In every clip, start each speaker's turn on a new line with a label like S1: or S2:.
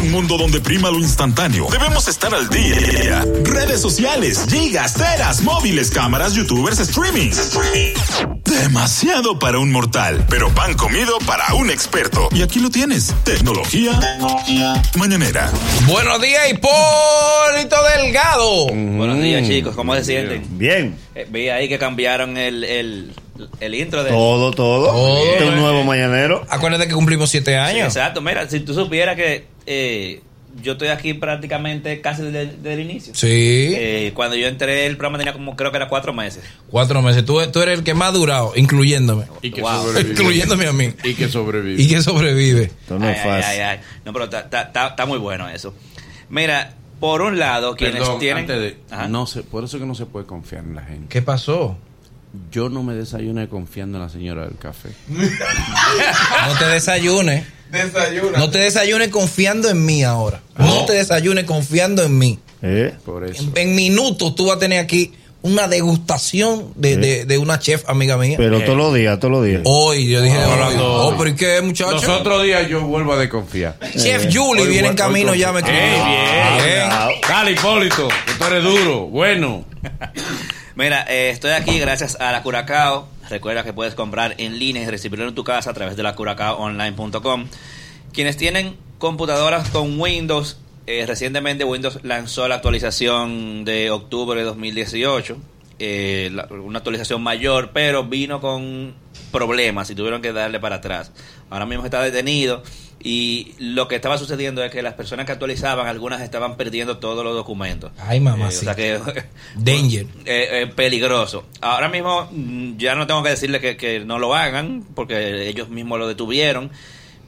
S1: un mundo donde prima lo instantáneo, debemos estar al día. Redes sociales, gigas, teras, móviles, cámaras, youtubers, streamings. Demasiado para un mortal, pero pan comido para un experto. Y aquí lo tienes, tecnología, mañanera.
S2: Buenos días, Hipólito Delgado.
S3: Mm.
S4: Buenos días, chicos. ¿Cómo se sienten?
S3: Bien.
S4: Eh, vi ahí que cambiaron el, el, el intro de...
S3: Todo, todo.
S2: Todo.
S3: Este es un nuevo mañanero.
S2: Acuérdate que cumplimos siete
S4: Sí,
S2: años.
S4: Exacto. Mira, si tú supieras que eh, yo estoy aquí prácticamente casi desde, desde el inicio.
S2: Sí,
S4: Eh, cuando yo entré, el programa tenía como, creo que era cuatro meses.
S2: cuatro meses. Tú, tú eres el que más ha durado, incluyéndome.
S5: Y que
S4: Wow.
S5: sobrevive.
S2: Incluyéndome a mí.
S5: Y que sobrevive.
S2: Y que sobrevive.
S3: Esto no
S4: Ay,
S3: es
S4: ay,
S3: fácil.
S4: ay, ay. No, pero está- está está- está muy bueno eso. Mira, por un lado, quienes
S5: Perdón,
S4: tienen...
S5: antes de-
S4: Ajá.
S5: no se- por eso que no se puede confiar en la gente.
S2: ¿Qué pasó?
S5: Yo no me desayuné confiando en la señora del café.
S2: No te desayunes.
S6: Desayuna.
S2: No te desayunes confiando en mí ahora. No te desayunes confiando en mí.
S3: ¿Eh?
S5: Por eso.
S2: En, en minutos tú vas a tener aquí una degustación de, de- de una chef amiga mía.
S3: Pero todos los días, todos los días.
S2: Hoy yo dije,
S5: Hablando
S2: oh,
S5: hoy.
S2: pero ¿y qué, muchacho?
S5: Los otros días yo vuelvo a desconfiar.
S2: Chef Julie
S5: Hoy
S2: viene en
S5: vuel-
S2: camino,
S5: hoy
S2: ya Ah, me
S5: confi- Ey, bien. Dale, Hipólito, que tú eres duro, bueno.
S4: Mira, eh, estoy aquí gracias a la Curacao. Recuerda que puedes comprar en línea y recibirlo en tu casa a través de la curacaoonline.com. Quienes tienen computadoras con Windows, eh, recientemente Windows lanzó la actualización de octubre de 2018, eh, la- una actualización mayor, pero vino con problemas y tuvieron que darle para atrás. Ahora mismo está detenido y lo que estaba sucediendo es que las personas que actualizaban, algunas estaban perdiendo todos los documentos.
S2: Ay, mamá,
S4: Eh, o sea que
S2: Danger.
S4: eh, eh, peligroso. Ahora mismo mm, ya no tengo que decirle que, que no lo hagan, porque ellos mismos lo detuvieron,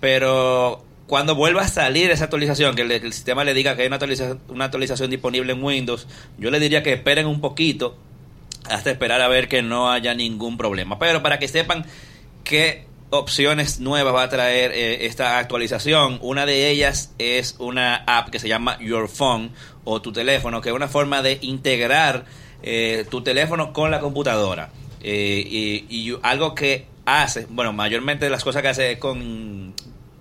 S4: pero cuando vuelva a salir esa actualización, que, le- que el sistema le diga que hay una actualización, una actualización disponible en Windows, yo le diría que esperen un poquito hasta esperar a ver que no haya ningún problema. Pero para que sepan qué opciones nuevas va a traer eh, esta actualización, una de ellas es una app que se llama Your Phone o tu teléfono, que es una forma de integrar eh, tu teléfono con la computadora. Eh, y, y algo que hace, bueno, mayormente las cosas que hace es con,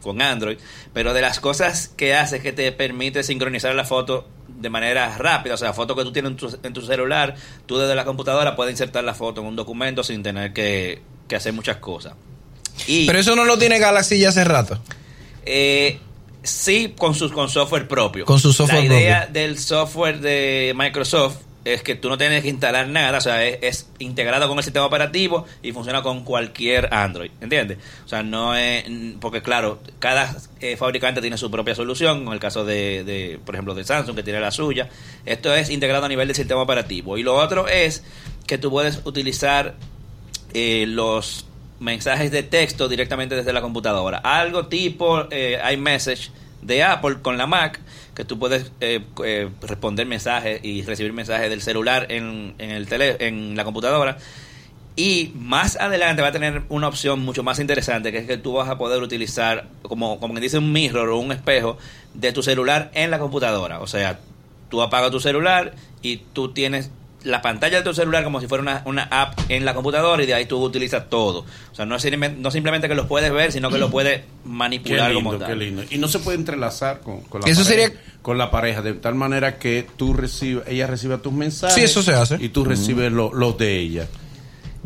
S4: con Android, pero de las cosas que hace es que te permite sincronizar la foto de manera rápida, o sea, la foto que tú tienes en tu, en tu celular, tú desde la computadora puedes insertar la foto en un documento sin tener que, que hacer muchas cosas. Y
S2: Pero eso no lo tiene Galaxy ya hace rato.
S4: eh, sí, con, sus, con software propio.
S2: Con su software
S4: La idea del software de Microsoft es que tú no tienes que instalar nada, o sea, es, es integrado con el sistema operativo y funciona con cualquier Android, ¿entiendes? O sea, no es, porque claro, cada eh, fabricante tiene su propia solución, en el caso de, de, por ejemplo, de Samsung, que tiene la suya, esto es integrado a nivel del sistema operativo. Y lo otro es que tú puedes utilizar eh, los mensajes de texto directamente desde la computadora. Algo tipo eh, iMessage de Apple con la Mac, que tú puedes eh, eh, responder mensajes y recibir mensajes del celular en, en el tele, en la computadora. Y más adelante va a tener una opción mucho más interesante, que es que tú vas a poder utilizar, como, como que dice, un mirror o un espejo de tu celular en la computadora. O sea, tú apagas tu celular y tú tienes la pantalla de tu celular como si fuera una, una app en la computadora y de ahí tú utilizas todo. O sea, no, es simplemente- no simplemente que los puedes ver, sino que los puedes
S5: Qué
S4: manipular como
S5: lindo,
S4: tal.
S5: qué lindo. Y no se puede entrelazar con, con la
S2: Eso
S5: pareja.
S2: sería-
S5: Con la pareja, de tal manera que tú recibas, ella reciba tus mensajes.
S2: Sí, eso se hace.
S5: Y tú recibes lo- los de ella.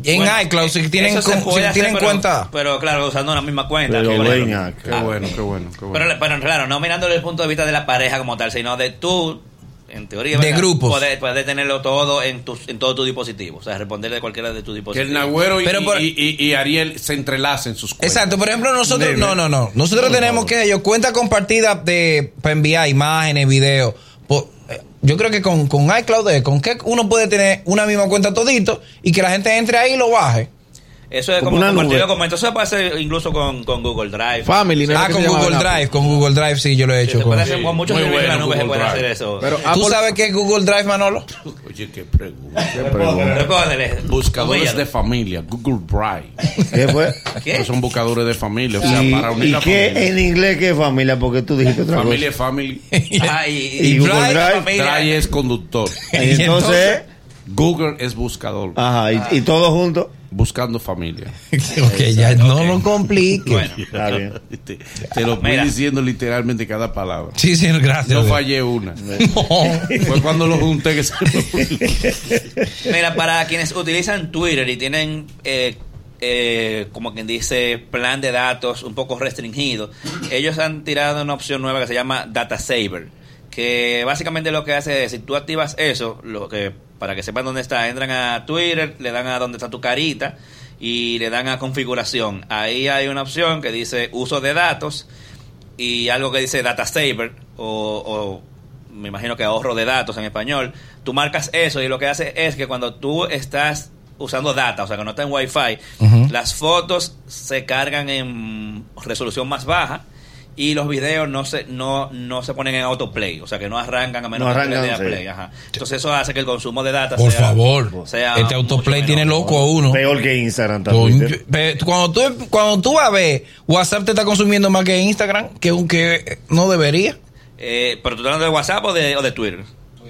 S2: En
S4: Bueno,
S2: iCloud, si
S4: eh,
S2: tienen,
S4: eso se
S2: con- si
S4: puede hacer,
S2: tienen
S4: pero-
S2: cuenta.
S4: Pero claro, usando la misma cuenta.
S3: Pero
S4: por ejemplo.
S3: venga,
S5: Qué
S4: Ah,
S5: bueno, qué bueno, qué bueno.
S4: Pero, pero claro, no mirando desde el punto de vista de la pareja como tal, sino de tú, en teoría,
S2: De
S4: ¿verdad?
S2: grupos.
S4: Poder, poder tenerlo todo en, tus, en todo tu dispositivo. O sea, responder de cualquiera de tus
S5: que
S4: dispositivos.
S5: el Nagüero y,
S2: Pero por-
S5: y- y- y Ariel se entrelacen sus cuentas.
S2: Exacto, por ejemplo, nosotros.
S5: Debe.
S2: No, no, no. Nosotros tenemos que ellos cuenta compartida de, para enviar imágenes, videos. Por- eh, yo creo que con, con iCloud, eh, con que uno puede tener una misma cuenta todito y que la gente entre ahí y lo baje.
S4: Eso es
S3: Como
S4: como,
S3: una
S4: compartido
S3: nube.
S4: como. Entonces se puede hacer incluso con, con Google Drive.
S6: Family, ¿no?
S2: Ah,
S6: ¿Qué
S2: con
S6: se llama
S2: Google
S6: en Apple?
S2: Drive, con Google Drive, sí, yo lo he
S4: Se
S2: hecho.
S4: puede
S2: Con,
S4: hacer con muchos
S5: muy
S4: niveles de la
S5: bueno
S4: nube se
S5: Google
S4: puede hacer
S5: Drive.
S4: eso.
S6: Pero
S2: ¿Tú
S5: ah,
S6: Apple-
S2: sabes qué es Google Drive, Manolo?
S5: Oye, qué pregunta.
S4: Recógele.
S5: Buscadores
S4: Humíllalo.
S5: de familia, Google Drive.
S3: ¿Qué fue?
S4: ¿Qué?
S5: Esos son buscadores de familia, o sea,
S3: ¿Y,
S5: para unir
S3: y
S5: la
S3: qué
S5: familia.
S3: en inglés qué es familia? Porque tú dijiste otra
S5: Familia
S3: cosa.
S5: es family.
S4: Ah, y,
S3: Y Google Drive.
S4: familia.
S5: Drive es conductor.
S3: Y Entonces,
S5: Google es buscador. ah.
S3: ajá, y, y todos juntos.
S5: buscando familia.
S2: ok, ya no lo complique.
S4: Bueno,
S3: Está bien.
S5: Te, te lo voy
S4: Mira.
S5: diciendo literalmente cada palabra.
S2: Sí, sí, gracias.
S5: No fallé una.
S2: No.
S5: Fue cuando lo junté que se
S4: mira, para quienes utilizan Twitter y tienen, eh, eh, como quien dice, plan de datos un poco restringido, ellos han tirado una opción nueva que se llama Data Saver, que básicamente lo que hace es, si tú activas eso, lo que para que sepan dónde está, entran a Twitter, le dan a dónde está tu carita y le dan a configuración. Ahí hay una opción que dice uso de datos y algo que dice data saver o, o me imagino que ahorro de datos en español, tú marcas eso y lo que hace es que cuando tú estás usando data, o sea que no está en wifi, las fotos se cargan en resolución más baja y los videos no se no no se ponen en autoplay, o sea que no arrancan a menos
S3: No
S4: que tú le
S3: arrancan,
S4: des a
S3: sí.
S4: play, ajá. Entonces eso hace que el consumo de data
S2: Por
S4: sea-
S2: favor.
S4: sea
S2: este
S4: mucho
S2: autoplay
S4: menor.
S2: tiene loco a uno.
S3: Peor que Instagram
S2: Coño,
S3: también.
S2: pe- Cuando tú, cuando tú vas a ver, WhatsApp te está consumiendo más que Instagram, que aunque no debería.
S4: Eh, pero tú estás hablando de WhatsApp o de, o de Twitter.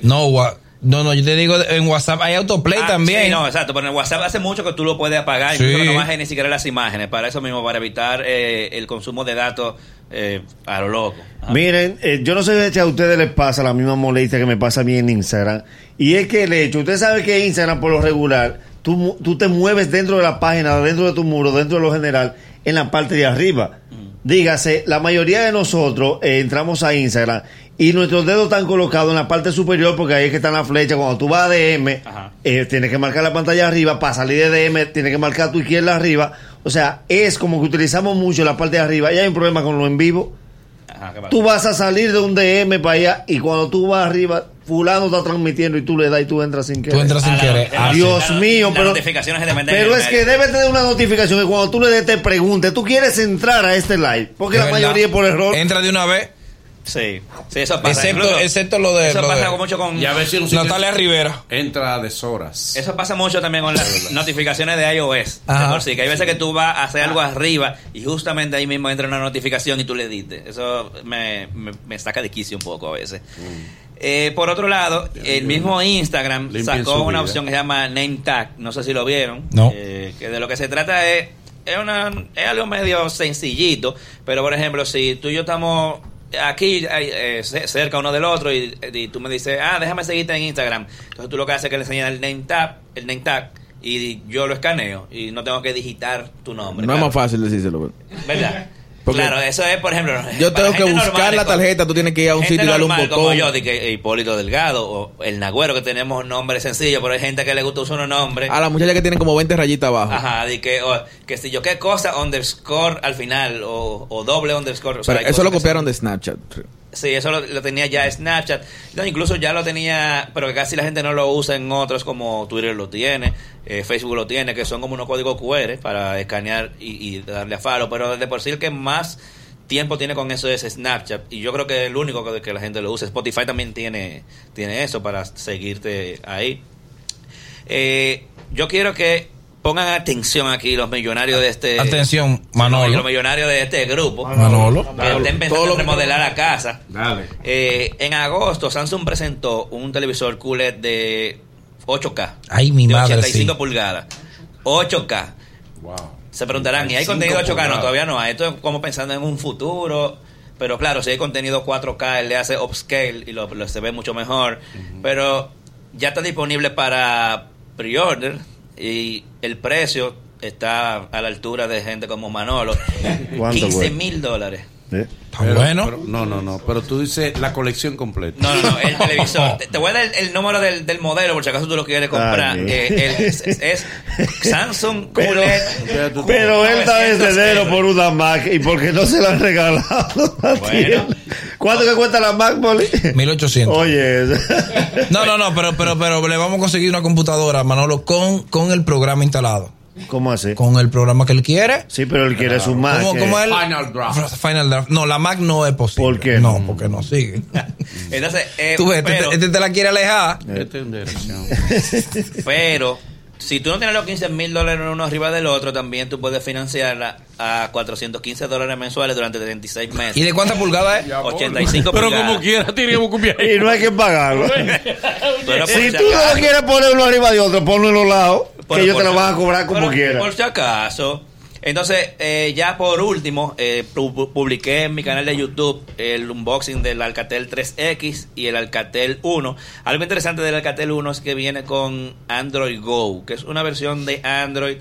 S2: No, wa- no, no, yo te digo, en WhatsApp hay autoplay
S4: Ah,
S2: también.
S4: sí, no, exacto. Pero en el WhatsApp hace mucho que tú lo puedes apagar.
S2: Sí.
S4: incluso que no bajes ni siquiera las imágenes. Para eso mismo, para evitar eh, el consumo de datos eh, a lo loco. Ajá.
S3: Miren, eh, yo no sé si a ustedes les pasa la misma molestia que me pasa a mí en Instagram. Y es que el hecho, usted sabe que Instagram por lo regular, tú, mu- tú te mueves dentro de la página, dentro de tu muro, dentro de lo general, en la parte de arriba. Dígase, la mayoría de nosotros eh, entramos a Instagram y nuestros dedos están colocados en la parte superior porque ahí es que está la flecha. Cuando tú vas a DM,
S4: Ajá.
S3: eh, tienes que marcar la pantalla arriba, para salir de DM tienes que marcar tu izquierda arriba. O sea, es como que utilizamos mucho la parte de arriba. Y hay un problema con lo en vivo.
S4: Ajá, ¿qué pasa?
S3: Tú vas a salir de un DM para allá y cuando tú vas arriba, fulano está transmitiendo y tú le das y tú entras sin querer.
S2: Tú entras sin
S4: Ah, la-
S2: querer.
S4: la-
S2: Ah, sí.
S3: Dios
S4: sí.
S3: mío,
S4: Las
S3: pero,
S4: notificaciones de manera
S3: pero es que
S4: general.
S3: debe tener una notificación que cuando tú le des te pregunte, tú quieres entrar a este live, porque
S2: Es
S3: la
S2: verdad.
S3: mayoría por error.
S2: Entra de una vez.
S4: Sí. Sí, eso pasa.
S2: Excepto-
S4: Incluso
S2: excepto lo de-
S4: Eso
S2: lo
S4: pasa
S2: de-
S4: mucho con.
S5: Y a veces un sitio
S2: Natalia Rivera.
S5: entra a deshoras.
S4: Eso pasa mucho también con las notificaciones de iOS.
S2: Ajá. Ah.
S4: De por sí, que hay veces que tú vas a hacer algo arriba y justamente ahí mismo entra una notificación y tú le diste. Eso me, me- me saca de quicio un poco a veces. Eh, por otro lado, el mismo Instagram
S5: Limpien su
S4: sacó una
S5: vida.
S4: opción que se llama Name Tag. No sé si lo vieron.
S2: No.
S4: Eh, que de lo que se trata es, es, una- es algo medio sencillito. Pero, por ejemplo, si tú y yo estamos aquí eh, eh, ce- cerca uno del otro y, y tú me dices, ah, déjame seguirte en Instagram. Entonces tú lo que haces es que le enseñas el Name Tag, el Name Tag y yo lo escaneo y no tengo que digitar tu nombre.
S6: No es
S4: claro.
S6: más fácil decírselo, bro.
S4: ¿Verdad?
S6: Porque
S4: claro, eso es, por ejemplo.
S6: Yo
S4: para
S6: tengo que
S4: gente
S6: buscar
S4: normal,
S6: la
S4: como-
S6: tarjeta, tú tienes que ir a un
S4: gente
S6: sitio y darle un
S4: normal Como
S6: botón.
S4: yo, de que eh, Hipólito Delgado o el Nagüero, que tenemos nombres sencillos, pero hay gente que le gusta usar un nombre.
S6: A la muchacha que tiene como 20 rayitas abajo.
S4: Ajá, de que, o, que si yo qué cosa, underscore al final, o, o doble underscore. o sea,
S6: Pero
S4: hay
S6: eso
S4: cosas
S6: lo
S4: que
S6: copiaron de Snapchat.
S4: son- Sí, eso lo, lo tenía ya Snapchat. No, incluso ya lo tenía, pero que casi la gente no lo usa en otros como Twitter lo tiene, eh, Facebook lo tiene, que son como unos códigos QR para escanear y, y darle a faro. Pero de por sí el que más tiempo tiene con eso es Snapchat. Y yo creo que el único que, que la gente lo usa. Spotify también tiene, tiene eso para seguirte ahí. Eh, yo quiero que pongan atención aquí los millonarios de este...
S2: Atención,
S4: Los
S2: Manolo.
S4: millonarios de este grupo.
S2: Manolo.
S4: Que estén
S6: Todo
S4: pensando
S6: lo
S4: en
S6: que-
S4: remodelar la casa.
S5: Dale.
S4: Eh, en agosto, Samsung presentó un televisor QLED de 8K.
S2: Ay, mi
S4: de
S2: madre,
S4: 85
S2: sí.
S4: pulgadas. 8K.
S5: Wow.
S4: Se preguntarán, ¿y hay
S5: 85
S4: contenido 8K? No,
S5: pulgadas.
S4: todavía no. hay. Esto es como pensando en un futuro. Pero claro, si hay contenido 4K, él le hace upscale y lo, lo- se ve mucho mejor. Pero ya está disponible para pre-order y el precio está a la altura de gente como Manolo.
S3: ¿Cuánto,
S4: 15
S3: güey?
S4: mil dólares.
S3: ¿Eh?
S2: Está
S5: Pero-
S2: bueno.
S5: pero- no, no, no. Pero tú dices la colección completa.
S4: No, no, no, el televisor. Te, te voy a dar el, el número del, del modelo por si acaso tú lo quieres comprar.
S3: Ay,
S4: Eh, el- es, es Samsung
S3: Pero-
S4: QLED.
S3: Pero él da
S4: 900
S3: desdedero
S4: euros.
S3: por una Mac y porque no se la han regalado. la
S4: Bueno.
S3: tiene. ¿Cuánto que cuesta la Mac, Poli?
S2: 1800.
S3: Oye,
S2: No, no, no, pero, pero, pero le vamos a conseguir una computadora, Manolo, con, con el programa instalado.
S3: ¿cómo así?
S2: Con el programa que él quiere.
S3: Sí, pero él quiere su Mac.
S2: ¿Cómo,
S3: eh.
S2: cómo él?
S5: Final Draft.
S2: Final Draft. No, la Mac no es posible.
S3: ¿Por qué?
S2: No, porque no sigue.
S4: Entonces, eh,
S2: Tú ves, este,
S4: pero,
S2: te- este te la quiere alejar.
S5: Este es un dirección.
S4: pero si tú no tienes los 15 mil dólares uno arriba del otro, también tú puedes financiarla a 415 dólares mensuales durante 36
S2: ¿Y
S4: meses.
S2: de cuántas pulgadas es?
S4: 85
S5: Pero
S4: pulgadas.
S5: como quiera, teníamos que copiar.
S3: Y no hay que pagarlo.
S4: Pero por
S3: si
S4: si
S3: tú no
S4: acaso-
S3: quieres poner uno arriba de otro, ponlo en los lados.
S4: Pero
S3: ellos
S4: por
S3: te lo
S4: si-
S3: van a cobrar como
S4: pero
S3: quiera.
S4: Por si acaso. Entonces, eh, ya por último, eh, pu- pu- publiqué en mi canal de YouTube el unboxing del Alcatel 3X y el Alcatel 1. Algo interesante del Alcatel 1 es que viene con Android Go, que es una versión de Android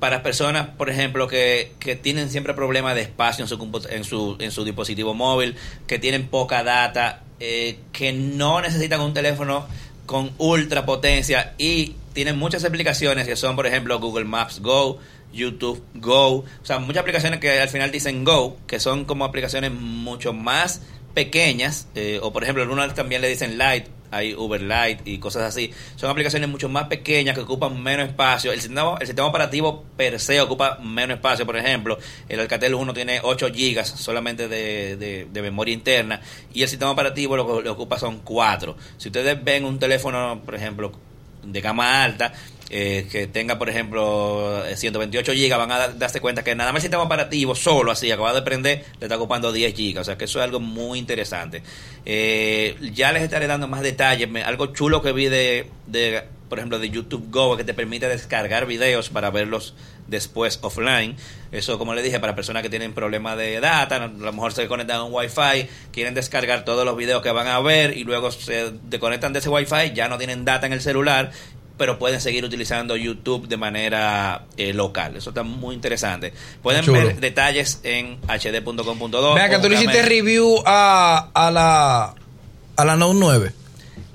S4: para personas, por ejemplo, que, que tienen siempre problemas de espacio en su, compu- en su, en su dispositivo móvil, que tienen poca data, eh, que no necesitan un teléfono con ultra potencia y tienen muchas aplicaciones que son, por ejemplo, Google Maps Go, YouTube Go, o sea, muchas aplicaciones que al final dicen Go, que son como aplicaciones mucho más pequeñas, eh, o por ejemplo, algunas también le dicen Light, hay Uber Light y cosas así. Son aplicaciones mucho más pequeñas que ocupan menos espacio. El sistema, el sistema operativo per se ocupa menos espacio. Por ejemplo, el Alcatel 1 tiene 8 GB solamente de, de- de memoria interna y el sistema operativo lo que lo ocupa son 4. Si ustedes ven un teléfono, por ejemplo, de gama alta eh, que tenga, por ejemplo, eh, 128 GB, van a dar- darse cuenta que nada más el sistema operativo solo, así, acabado de prender, le está ocupando 10 GB. O sea que eso es algo muy interesante. Eh, ya les estaré dando más detalles. Me- algo chulo que vi de, de, por ejemplo, de YouTube Go, que te permite descargar videos para verlos después offline. Eso, como le dije, para personas que tienen problemas de data, a lo mejor se conectan a un Wi-Fi, quieren descargar todos los videos que van a ver y luego se desconectan de ese Wi-Fi, ya no tienen data en el celular, pero pueden seguir utilizando YouTube de manera eh, local. Eso está muy interesante. Pueden
S2: Chulo.
S4: ver detalles en hd.com.do.
S2: Vea que tú le hiciste review a, a la a la Note 9.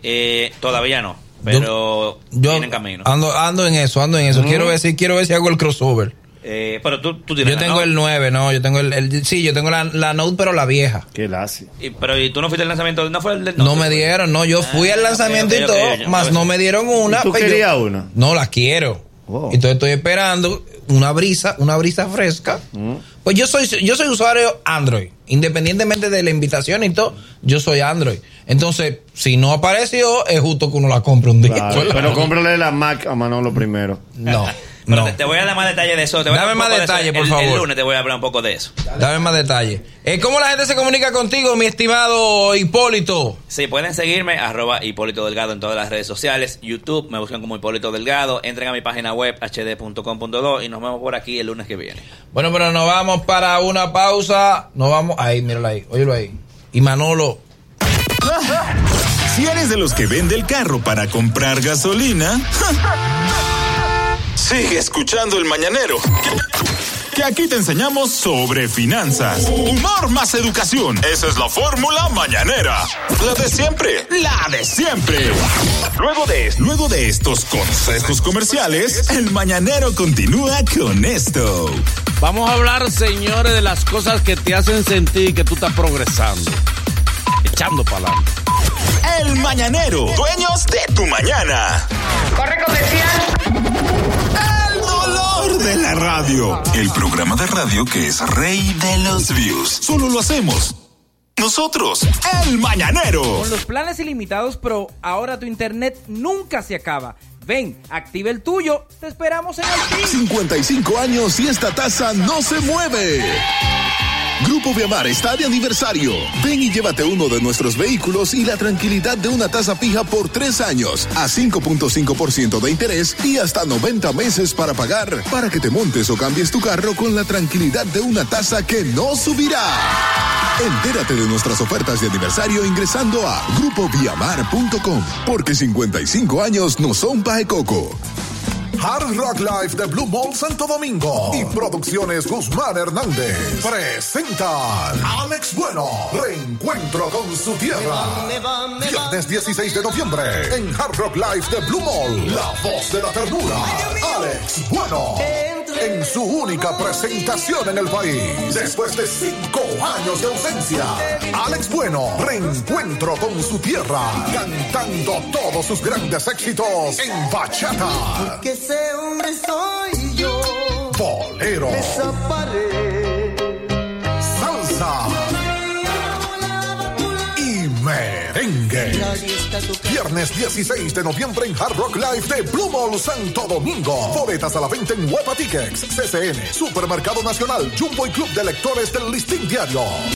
S4: Eh, todavía no, pero tienen camino.
S2: Ando, ando en eso, ando en eso. Quiero ver si quiero ver si hago el crossover.
S4: Eh, pero tú, tú tienes
S2: Yo
S4: la
S2: tengo
S4: Note.
S2: el 9, no, yo tengo el, el- sí, yo tengo la, la Note pero la vieja.
S3: Qué lacio.
S4: Y- pero ¿y tú no fuiste al lanzamiento, no fue el del
S2: No,
S4: Note?
S2: me dieron, no, yo fui
S4: Ah,
S2: al
S4: ok,
S2: lanzamiento
S4: ok, ok,
S2: y todo,
S4: ya,
S2: más
S4: pues.
S2: no me dieron una.
S3: ¿Y tú
S2: pues yo-
S3: querías una?
S2: No, la quiero.
S3: Wow.
S2: Entonces estoy esperando una brisa, una brisa fresca.
S3: Mm.
S2: Pues yo soy, yo soy usuario Android, independientemente de la invitación y todo, yo soy Android. Entonces, si no apareció, es justo que uno la compre un día. Pues,
S3: Claro, pero cómprale la Mac a Manolo primero.
S2: No,
S4: Pero
S2: no.
S4: te, te voy a dar más detalles de eso. te voy a
S2: Dame
S4: dar un
S2: más
S4: poco de eso.
S2: detalles, por
S4: El- El
S2: favor.
S4: lunes te voy a hablar un poco de eso.
S2: Dame más detalles. Eh, ¿Cómo la gente se comunica contigo, mi estimado Hipólito?
S4: Sí, pueden seguirme, arroba Hipólito Delgado en todas las redes sociales, YouTube, me buscan como Hipólito Delgado, entren a mi página web hd.com.do y nos vemos por aquí el lunes que viene.
S2: Bueno, pero nos vamos para una pausa. Nos vamos. Ahí, míralo ahí. Óyelo ahí. Y Manolo.
S1: Si eres de los que vende el carro para comprar gasolina, ¡ja! sigue escuchando el mañanero. que- Que aquí te enseñamos sobre finanzas. Humor más educación. Esa es la fórmula mañanera. La de siempre. La de siempre. Luego de, luego de estos consejos comerciales, el mañanero continúa con esto.
S5: Vamos a hablar, señores, de las cosas que te hacen sentir que tú estás progresando. Echando para adelante.
S1: El mañanero. Dueños de tu mañana.
S7: Corre comercial.
S1: El dolor de la radio. El programa de radio que es rey de los views. Solo lo hacemos. Nosotros, el mañanero.
S8: Con los planes ilimitados Pro, ahora tu internet nunca se acaba. Ven, activa el tuyo. Te esperamos en el
S9: 55 años y esta tasa no se mueve. Grupo Viamar está de aniversario. Ven y llévate uno de nuestros vehículos y la tranquilidad de una tasa fija por tres años, a 5.5% de interés y hasta 90 meses para pagar, para que te montes o cambies tu carro con la tranquilidad de una tasa que no subirá. Entérate de nuestras ofertas de aniversario ingresando a grupoviamar.com, porque 55 años no son paje coco.
S10: Hard Rock Live de Blue Mall Santo Domingo y Producciones Guzmán Hernández presenta Alex Bueno, reencuentro con su tierra. Viernes 16 de noviembre en Hard Rock Live de Blue Mall, la voz de la ternura, Alex Bueno, en su única presentación en el país. Después de cinco años de ausencia, Alex Bueno, reencuentro con su tierra, cantando todos sus grandes éxitos en bachata.
S11: Que ese hombre soy yo.
S10: Bolero,
S11: Desaparé.
S10: salsa y merengue.
S11: Ahí está tu cara.
S10: Viernes 16 de noviembre en Hard Rock Live de Blue Mall Santo Domingo. Boletas a la venta en Huepa Tickets, CCN, Supermercado Nacional, Jumbo y Club de Lectores del Listín Diario.